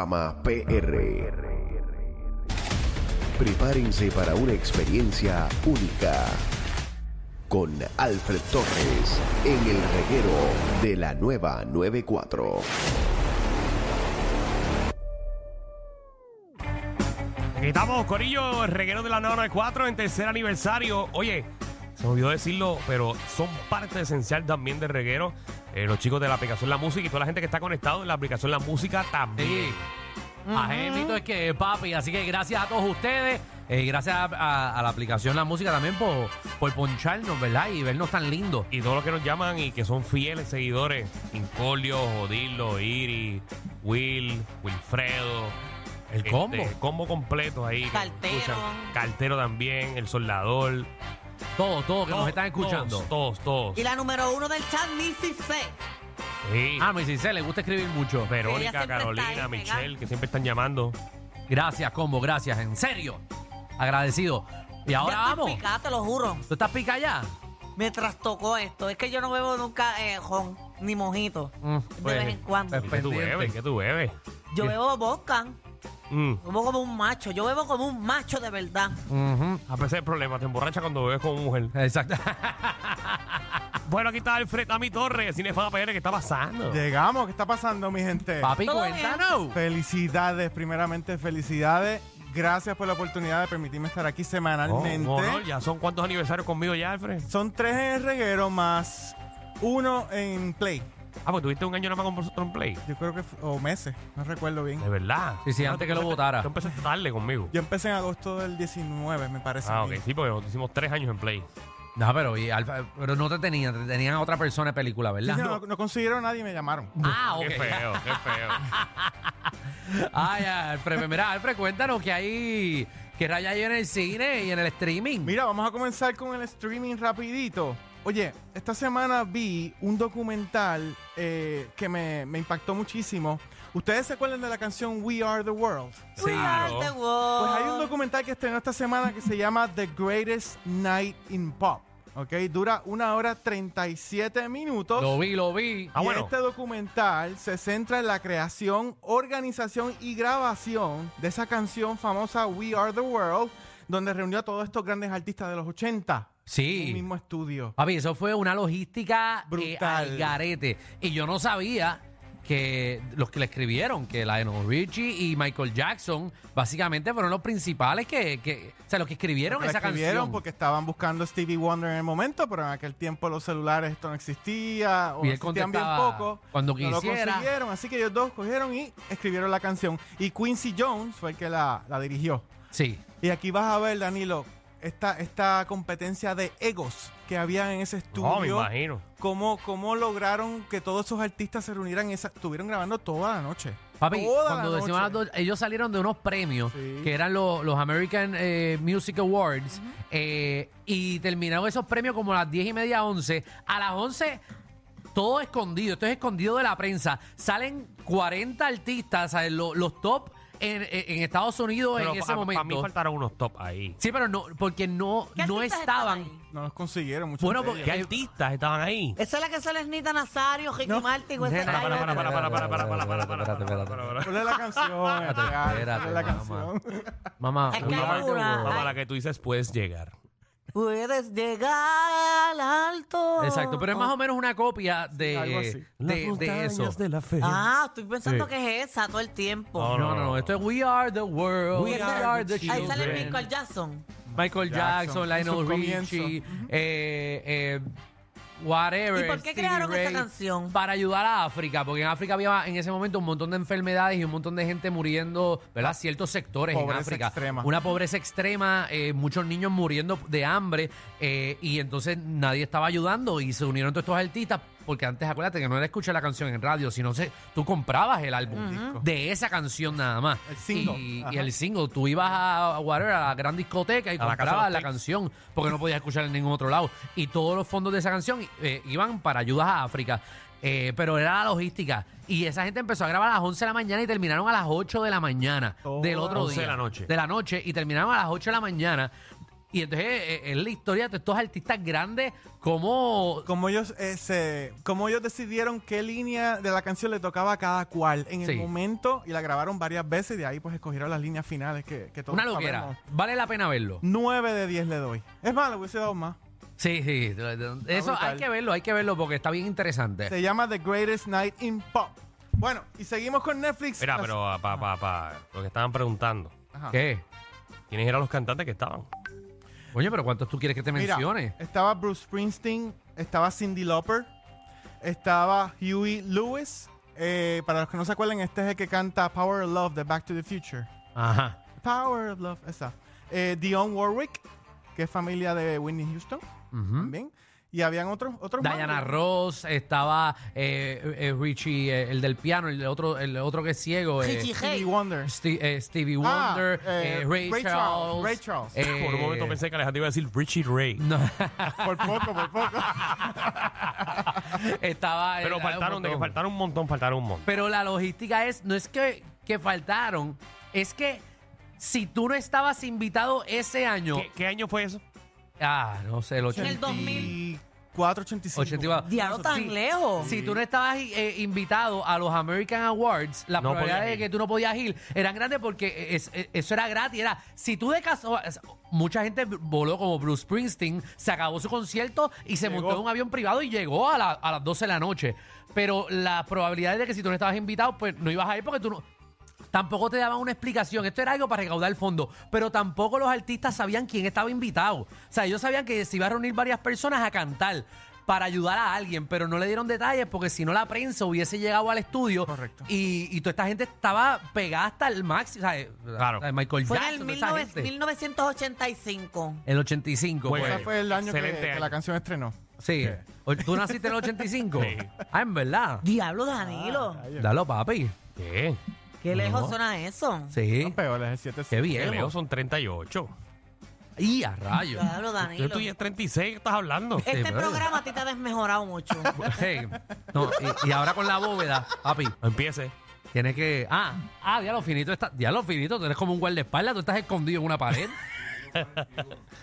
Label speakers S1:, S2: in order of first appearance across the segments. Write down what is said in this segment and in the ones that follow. S1: Pama PR. Prepárense para una experiencia única con Alfred Torres en el reguero de la nueva 94.
S2: Aquí estamos, Corillo, el reguero de la 994 en tercer aniversario. Oye, se me olvidó decirlo, pero son parte esencial también del reguero. eh, los chicos de la aplicación La Música y toda la gente que está conectado en la aplicación La Música también.
S3: Sí. Ajémito es que papi, así que gracias a todos ustedes, eh, gracias a, a- a la aplicación La Música también por, por poncharnos, ¿verdad? Y vernos tan lindos.
S2: Y todos los que nos llaman y que son fieles seguidores: Incolio, Jodillo, Iri, Will, Wilfredo.
S3: El combo.
S2: el combo completo ahí. que nos
S4: Cartero.
S2: escuchan. Cartero también, el soldador.
S3: Todos, todos que
S2: Todos,
S3: nos están escuchando.
S2: Todos, todos.
S4: Y la número uno del chat, Missy C.
S2: Sí.
S3: Ah, mi sincero, le gusta escribir mucho.
S4: Ella
S2: Verónica,
S4: siempre está
S2: Carolina,
S4: ahí
S2: Michelle,
S4: pegando.
S2: que siempre están llamando.
S3: Gracias, Combo, gracias, en serio. Agradecido. Y ahora
S4: Ya estoy
S3: vamos.
S4: picada, te lo juro.
S3: ¿Tú estás pica ya?
S4: Me trastocó esto. Es que yo no bebo nunca eh, ron ni mojito.
S3: Mm, pues,
S4: de vez en cuando.
S3: pues,
S2: ¿Y ¿Qué tú
S3: pendiente.
S2: bebes? ¿Qué tú bebes?
S4: Yo bebo vodka.
S2: Mm.
S4: Bebo como un macho. Yo bebo como un macho de verdad.
S3: Ujú,
S2: A veces el problema, te emborrachas cuando bebes con mujer. Ah,
S3: Exacto.
S2: Bueno, aquí está Alfred Ami Torres, Cinefada PR, ¿qué está pasando?
S5: Llegamos, ¿qué está pasando, mi gente?
S3: papi,
S4: Todo
S3: cuéntanos.
S5: Felicidades, primeramente, felicidades. Gracias por la oportunidad de permitirme estar aquí
S2: Oh,
S5: semanalmente.
S2: un honor, ya son cuántos aniversarios conmigo ya, Alfred.
S5: Son tres en el reguero más uno en play.
S2: Ah, pues tuviste un año nada más con vosotros en Play.
S5: Yo creo que, fu- o meses, no recuerdo bien.
S2: De verdad.
S3: Sí, sí,
S2: Ah,
S3: antes
S2: tú
S3: que lo
S2: empezaste-
S3: votara.
S2: Tú empezaste tarde conmigo.
S5: Yo empecé en agosto del 19, me parece.
S2: Ah,
S5: a
S2: ok,
S5: mí.
S2: sí, porque nosotros hicimos tres años en Play.
S3: No, pero, y Alfa- pero no te tenían, te tenían a otra persona en película,
S5: Sí,
S3: ¿verdad?
S5: sí, no, no consiguieron a nadie y me llamaron.
S3: Ah, ok.
S2: Qué feo, qué feo.
S3: Ay, Alfred, pues mira, Alfred, cuéntanos que hay que raya hay en el cine y en el streaming.
S5: Mira, vamos a comenzar con el streaming rapidito. Oye, esta semana vi un documental eh, que me, me impactó muchísimo. ¿Ustedes se acuerdan de la canción We Are the World?
S2: Sí,
S4: We are
S2: claro.
S4: the world.
S5: Pues hay un documental que estrenó esta semana que se llama The Greatest Night in Pop. ¿Ok? Dura una hora 37 minutos.
S3: Lo vi, lo vi.
S2: Ah,
S5: Y
S2: bueno.
S5: Este documental se centra en la creación, organización y grabación de esa canción famosa We Are the World, donde reunió a todos estos grandes artistas de los 80 en un
S3: Sí. Ah,
S5: mismo estudio.
S3: Papi, eso fue una logística eh,
S5: Brutal.
S3: al garete. Y yo no sabía que los que le escribieron, que Lionel Richie y Michael Jackson, básicamente fueron los principales que, que- o sea, los que escribieron
S5: Porque la
S3: esa
S5: escribieron
S3: canción.
S5: porque estaban buscando Stevie Wonder en el momento, pero en aquel tiempo los celulares esto no existía o
S3: Y él
S5: existían bien
S3: contestaba
S5: poco.
S3: cuando
S5: no lo
S3: quisiera.
S5: consiguieron, así que ellos dos cogieron y escribieron la canción. Y Quincy Jones fue el que la, la dirigió.
S3: Sí.
S5: Y aquí vas a ver, Danilo, esta, esta competencia de egos que había en ese
S2: No, me
S5: estudio.
S2: imagino.
S5: cómo, cómo lograron que todos esos artistas se reunieran. y esa- estuvieron grabando toda la noche.
S3: Papi,
S5: Toda la
S3: cuando decimos
S5: noche.
S3: las dos, ellos salieron de unos premios
S5: Sí.
S3: que eran lo- los American eh, Music Awards eh, y terminaron esos premios como a las 10 y media, 11. A las 11, todo escondido, esto es escondido de la prensa. Salen 40 artistas, ¿sabes? Lo- los top en, en- en Estados Unidos
S2: Pero
S3: en ese
S2: pa- pa-
S3: momento.
S2: pa' mí faltaron unos top ahí.
S3: Sí, pero no, porque no,
S4: ¿Qué
S3: no
S4: artistas
S3: estaban.
S4: ahí?
S5: No los consiguieron muchos
S3: Bueno,
S5: de
S3: porque-
S5: ellos.
S2: ¿Qué artistas estaban ahí?
S4: Esa es la que sale Nita Nazario, Ricky
S5: No.
S4: Martin. o ese-
S3: Nena,
S4: Ay,
S2: Para,
S4: no,
S2: para,
S4: no,
S2: para,
S4: no,
S2: para,
S4: no,
S2: para, para, para,
S3: espérate,
S2: para, para,
S3: espérate,
S2: para,
S3: espérate.
S2: para, para.
S5: Ponle la canción.
S3: Espérate,
S5: espérate, ponle la
S3: espérate, mamá.
S5: canción.
S3: Mamá,
S4: Es que
S3: we
S4: hay
S3: are the
S4: una-
S3: world.
S2: Mamá, la que tú dices, puedes llegar.
S4: Puedes llegar Ah, alto.
S3: Exacto, pero es más o menos una copia de,
S5: algo así.
S3: Eh, de- de eso.
S2: la fe.
S4: Ah, estoy
S3: Sí.
S4: pensando
S3: Oh,
S4: que es esa todo el tiempo.
S2: No,
S3: No, no, no, esto es We Are the World, We,
S2: We
S3: are,
S2: are
S3: the
S2: the
S4: Ahí sale
S3: Children.
S4: Michael Jackson.
S3: Michael Jackson,
S5: Jackson, en
S3: Lionel
S5: su comienzo.
S3: Richie, eh, eh, whatever.
S4: ¿Y por qué
S3: Stevie
S4: crearon esa canción?
S3: Para ayudar a África, porque en África había en ese momento un montón de enfermedades y un montón de gente muriendo, ¿verdad? Ciertos sectores en
S5: Pobreza
S3: África.
S5: extrema.
S3: Una pobreza extrema, eh, muchos niños muriendo de hambre eh, y entonces nadie estaba ayudando y se unieron todos estos artistas. Porque antes acuérdate que no era escuchar la canción en radio, sino se, tú comprabas el álbum de esa canción nada más.
S5: El single.
S3: Y, y
S5: Ajá.
S3: el single, tú ibas a, a whatever, a la gran discoteca y
S2: A la casa de
S3: comprabas
S2: los
S3: la
S2: tapes.
S3: canción porque no podías escuchar en ningún otro lado. Y todos los fondos de esa canción eh, iban para ayudas a África. Eh, pero era la logística. Y esa gente empezó a grabar a las 11 de la mañana y terminaron a las 8 de la mañana
S5: Todo
S3: del otro
S2: 11
S3: día.
S2: de la noche.
S3: De la noche y terminaron a las 8 de la mañana. Y entonces eh, es la historia de estos artistas grandes como...
S5: Como ellos, eh, se- como ellos decidieron qué línea de la canción le tocaba a cada cual en
S3: Sí.
S5: el momento y la grabaron varias veces y de ahí pues escogieron las líneas finales que, que todos
S3: Una loquera.
S5: sabemos.
S3: Vale la pena verlo.
S5: 9 de 10 le doy. Es más, le hubiese dado más.
S3: Sí, sí. Eso hay
S5: brutal.
S3: que verlo, hay que verlo porque está bien interesante.
S5: Se llama The Greatest Night in Pop. Bueno, y seguimos con Netflix.
S2: Mira,
S3: pues
S5: Las-
S2: pero ah, pa, pa, pa, lo que estaban preguntando.
S5: Ajá.
S3: ¿Qué?
S2: ¿Quiénes eran los cantantes que estaban?
S3: Oye, pero ¿cuántos tú quieres que te
S5: Mira,
S3: mencione?
S5: estaba Bruce Springsteen, estaba Cindy Lauper, estaba Huey Lewis. Eh, para los que no se acuerdan, este es el que canta Power of Love de Back to the Future.
S3: Ajá.
S5: Power of Love, esa. Eh, Dionne Warwick, que es familia de Whitney Houston,
S3: Ujú.
S5: también. Y habían otros otros más.
S3: Diana Ross, estaba eh, eh, Richie, eh, el del piano, el otro, el otro que es ciego. eh,
S4: Richie
S5: Stevie
S4: Hey.
S5: Wonder.
S3: Sti- eh, Stevie
S5: Ah,
S3: Wonder,
S5: eh,
S3: eh, Ray,
S5: Ray
S3: Charles.
S5: Charles, Ray Charles.
S3: eh, Mm,
S2: Por un momento pensé que Alejandro iba a decir Richie Ray.
S3: no,
S5: Por poco, por poco.
S3: estaba. eh,
S2: Pero
S3: un
S2: faltaron, de que
S3: montón.
S2: faltaron un montón, faltaron un montón.
S3: Pero la logística es, no es que, que faltaron, es que si tú no estabas invitado ese año.
S2: ¿Qué, qué año fue eso?
S3: Ah, no sé, el
S4: En el
S3: 80.
S5: 84, 85.
S3: 84.
S4: Diablo
S3: Sí.
S4: tan lejos.
S3: Si tú no estabas eh, invitado a los American Awards, la
S2: No
S3: probabilidad
S2: podías
S3: de
S2: ir.
S3: que tú no podías ir eran grandes porque e, es- es- eso era gratis. Era, si tú de caso, es- mucha gente voló como Bruce Springsteen, se acabó su concierto y se
S5: Llegó.
S3: montó en un avión privado y llegó a, la- a las 12 de la noche. Pero la probabilidad de que si tú no estabas invitado, pues no ibas a ir porque tú no... Tampoco te daban una explicación. Esto era algo para recaudar fondos. Pero tampoco los artistas sabían quién estaba invitado. O sea, ellos sabían que se iba a reunir varias personas a cantar para ayudar a alguien, pero no le dieron detalles porque si no la prensa hubiese llegado al estudio
S5: Correcto.
S3: y, y toda esta gente estaba pegada hasta el máximo. O sea,
S2: Claro.
S3: hasta Michael
S4: Fue en
S3: Jackson,
S4: el
S3: toda esa
S4: 19-
S3: gente.
S4: 1985.
S3: El 85.
S2: Pues,
S5: Ese
S3: fue.
S5: fue el año que,
S2: Excelente
S5: que
S2: año.
S5: la canción estrenó.
S3: Sí. O- ¿Tú naciste en el 85?
S2: Sí.
S3: Ah, en verdad.
S4: Diablo, Danilo.
S3: Dalo, papi.
S2: ¿Qué?
S4: Qué lejos
S3: Ah, No.
S4: suena eso.
S3: Sí.
S5: Son peores, el 7
S3: Qué
S2: ¿Qué
S3: bien.
S2: Leo son 38.
S3: Y a rayos.
S4: Diablo,
S2: Yo
S4: Danilo.
S2: estoy en 36, ¿qué estás hablando?
S4: Este
S3: Sí, pero-
S4: programa a ti te ha desmejorado mucho.
S3: Hey, no, y, y ahora con la bóveda, papi,
S2: Empiece.
S3: tienes que. Ah, ah, diablo finito está. Diablo finito, tú eres como un guardaespaldas, tú estás escondido en una pared.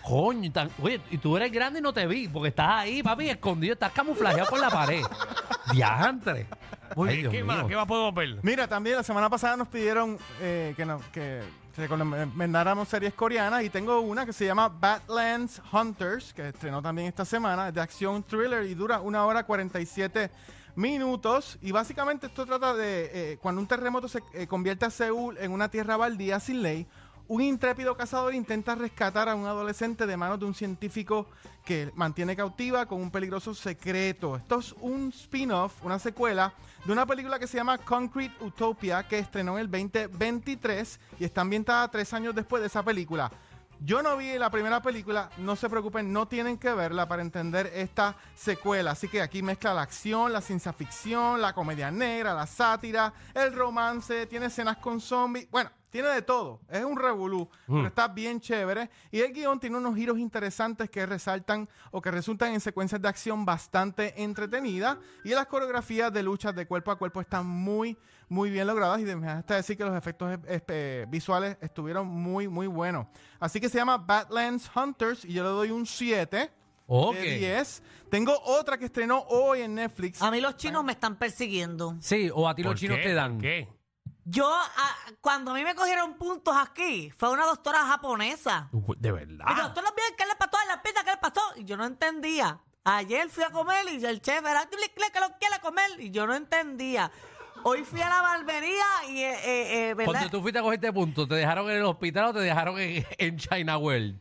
S3: Coño, y tan- oye, y tú eres grande y no te vi, porque estás ahí, papi, escondido, estás camuflajeado con la pared. Diantre. Ay,
S2: ¿Qué,
S3: Dios
S2: qué más?
S3: mío.
S2: ¿Qué más podemos ver?
S5: Mira, también la semana pasada nos pidieron eh, que, no- que recomendáramos series coreanas y tengo una que se llama Badlands Hunters, que estrenó también esta semana, es de acción thriller y dura una hora 47 minutos. Y básicamente esto trata de eh, cuando un terremoto se eh, convierte a Seúl en una tierra baldía sin ley. Un intrépido cazador intenta rescatar a un adolescente de manos de un científico que mantiene cautiva con un peligroso secreto. Esto es un spin-off, una secuela de una película que se llama Concrete Utopia que estrenó en el 2023 y está ambientada tres años después de esa película. Yo no vi la primera película, no se preocupen, no tienen que verla para entender esta secuela. Así que aquí mezcla la acción, la ciencia ficción, la comedia negra, la sátira, el romance, tiene escenas con zombies. Bueno, tiene de todo. Es un revolú, pero está bien chévere. Y el guión tiene unos giros interesantes que resaltan o que resultan en secuencias de acción bastante entretenidas. Y las coreografías de luchas de cuerpo a cuerpo están muy, muy bien logradas. Y de- me hasta decir que los efectos eh, eh, eh, visuales estuvieron muy, muy buenos. Así que se llama Badlands Hunters y yo le doy un 7
S3: Ok.
S5: de 10. Tengo otra que estrenó hoy en Netflix.
S4: A mí los chinos me están persiguiendo.
S3: Sí, o a ti
S2: ¿Por
S3: los chinos
S2: qué?
S3: te dan.
S2: ¿Por ¿Qué?
S4: Yo, ah, cuando a mí me cogieron puntos aquí, fue una doctora japonesa.
S2: Pues, De
S3: Ah.
S4: Me dijo,
S2: verdad.
S4: "Doctora, mira, ¿qué le pasó a la pizza? ¿Qué le pasó? Y yo no entendía. Ayer fui a comer y el chef era "Dile, dile que lo quiere comer y yo no entendía. Hoy fui a la barbería y, eh, eh, eh,
S3: Cuando
S4: ¿verdad?
S3: tú fuiste a cogerte punto, ¿te dejaron en el hospital o te dejaron en, en China World?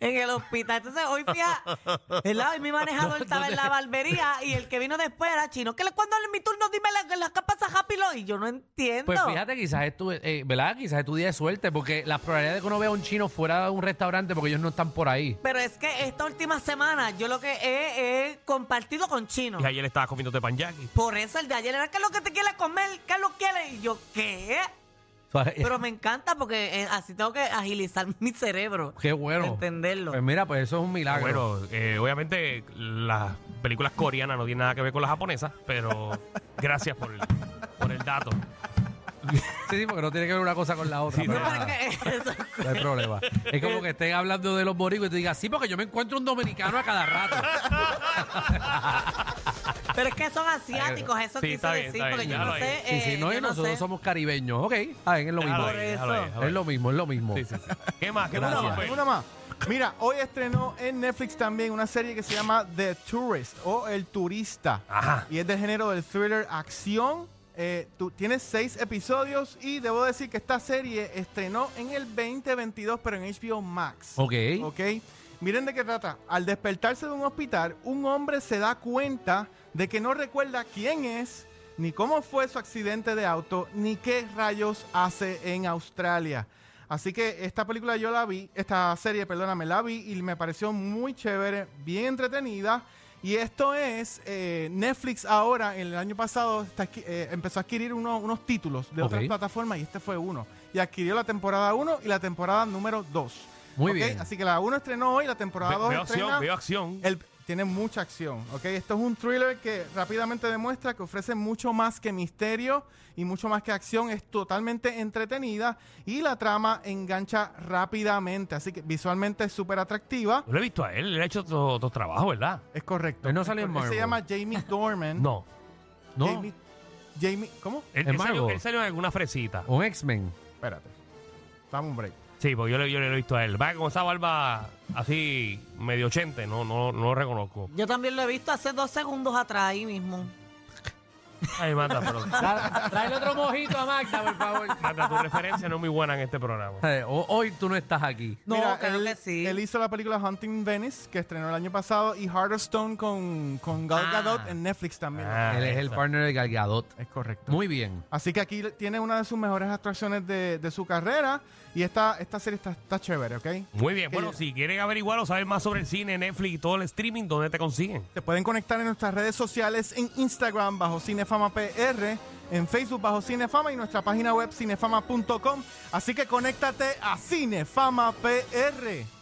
S4: En el hospital. Entonces hoy fui a. ¿verdad? Y mi manejador estaba en la barbería y el que vino después era chino. ¿Qué le cuando en mi turno? Dime la, la qué pasa Happy Lo-". Y yo no entiendo.
S3: Pues fíjate, quizás es tu, eh, ¿verdad? Quizás es tu día de suerte, porque las probabilidades de que uno vea a un chino fuera de un restaurante porque ellos no están por ahí.
S4: Pero es que esta última semana yo lo que he, he compartido con chinos.
S2: Y ayer estabas comiéndote pan yaqui.
S4: Por eso el de ayer era que lo que te quiere comer, que lo quiere. Y yo, ¿qué? Pero me encanta porque eh, así tengo que agilizar mi cerebro.
S3: Qué bueno.
S4: Para Entenderlo.
S3: Pues mira, pues eso es un milagro.
S2: Bueno, eh, obviamente las películas coreanas no tienen nada que ver con las japonesas, pero gracias por el, por el dato.
S3: Sí, sí, porque no tiene que ver una cosa con la otra.
S2: Sí,
S3: pero
S2: no,
S3: nada,
S4: Pero es que eso-
S3: no hay problema. Es como que estén hablando de los boricuas y te digas, sí, porque yo me encuentro un dominicano a cada rato.
S4: pero es que son asiáticos, eso
S2: Sí,
S4: quise
S2: está bien,
S4: decir,
S2: está
S4: porque
S2: bien,
S4: yo no
S2: déjalo ahí.
S4: sé.
S3: Sí, sí,
S4: eh,
S3: no, y
S4: yo no
S3: nosotros
S4: sé.
S3: somos caribeños. Ok, ah, es lo mismo.
S2: Déjalo
S4: Por
S2: ahí, déjalo ahí,
S4: eso.
S2: déjalo ahí.
S3: Es lo mismo, es lo mismo.
S2: Sí, sí, sí. ¿Qué más? ¿Qué
S5: Una
S2: más?
S3: Gracias.
S5: más,
S2: Pues,
S5: una más. Mira, hoy estrenó en Netflix también una serie que se llama The Tourist o El Turista.
S2: Ajá.
S5: Y es del género del thriller acción. Eh, tú, tienes seis episodios y debo decir que esta serie estrenó en el 2022, pero en HBO Max.
S3: Ok.
S5: Ok. Miren de qué trata. Al despertarse de un hospital, un hombre se da cuenta de que no recuerda quién es, ni cómo fue su accidente de auto, ni qué rayos hace en Australia. Así que esta película yo la vi, esta serie, perdóname, la vi y me pareció muy chévere, bien entretenida. Y esto es, eh, Netflix ahora, el año pasado, está adqui- eh, empezó a adquirir uno- unos títulos de otras
S3: Ok.
S5: plataformas y este fue uno. Y adquirió la temporada 1 y la temporada número 2.
S3: Muy
S5: Ok,
S3: bien.
S5: Así que la 1 estrenó hoy, la temporada
S2: ve-
S5: 2
S2: veo
S5: estrena.
S2: acción, veo acción.
S5: El- tiene mucha acción, ¿ok? Esto es un thriller que rápidamente demuestra que ofrece mucho más que misterio y mucho más que acción. Es totalmente entretenida y la trama engancha rápidamente. Así que visualmente es súper atractiva.
S2: No lo he visto a él, él ha hecho otro, otro trabajo, ¿verdad?
S5: Es correcto.
S3: Él no salió
S5: Es
S3: en
S5: cor- él Se llama
S3: Marvel.
S5: Jamie Dorman.
S2: No.
S3: No,
S5: Jamie, Jamie- ¿Cómo?
S2: Él,
S3: ¿Es
S2: él salió,
S3: Marvel?
S2: él salió en alguna fresita.
S3: un X-Men.
S5: Espérate. Dame un break.
S2: Sí, porque yo, le- yo le he visto a él. Va con esa barba así medio ochente, no, no, no lo reconozco.
S4: Yo también lo he visto hace dos segundos atrás ahí mismo.
S2: Ay, manda, pero
S3: Trae otro mojito a Magda, por favor.
S2: Magda, tu referencia no es muy buena en este programa.
S3: Eh, Hoy tú no estás aquí.
S4: No,
S5: Mira,
S4: claro
S5: él,
S4: que sí.
S5: él hizo la película Hunting Venice, que estrenó el año pasado, y Heart of Stone con, con Gal
S3: Ah.
S5: Gadot en Netflix también.
S2: Ah,
S3: Él es el
S2: esa.
S3: partner de Galgadot.
S5: Es correcto.
S3: Muy bien.
S5: Así que aquí tiene una de sus mejores actuaciones de, de su carrera y esta, esta serie está, está chévere, ¿ok?
S2: Muy bien,
S5: Que
S2: bueno,
S5: yo-
S2: si quieren averiguar o saber más sobre el cine, Netflix y todo el streaming, ¿dónde te consiguen?
S5: Te pueden conectar en nuestras redes sociales, en Instagram bajo Cinefama PR, en Facebook bajo Cinefama y nuestra página web cinefama.com. Así que conéctate a Cinefama PR.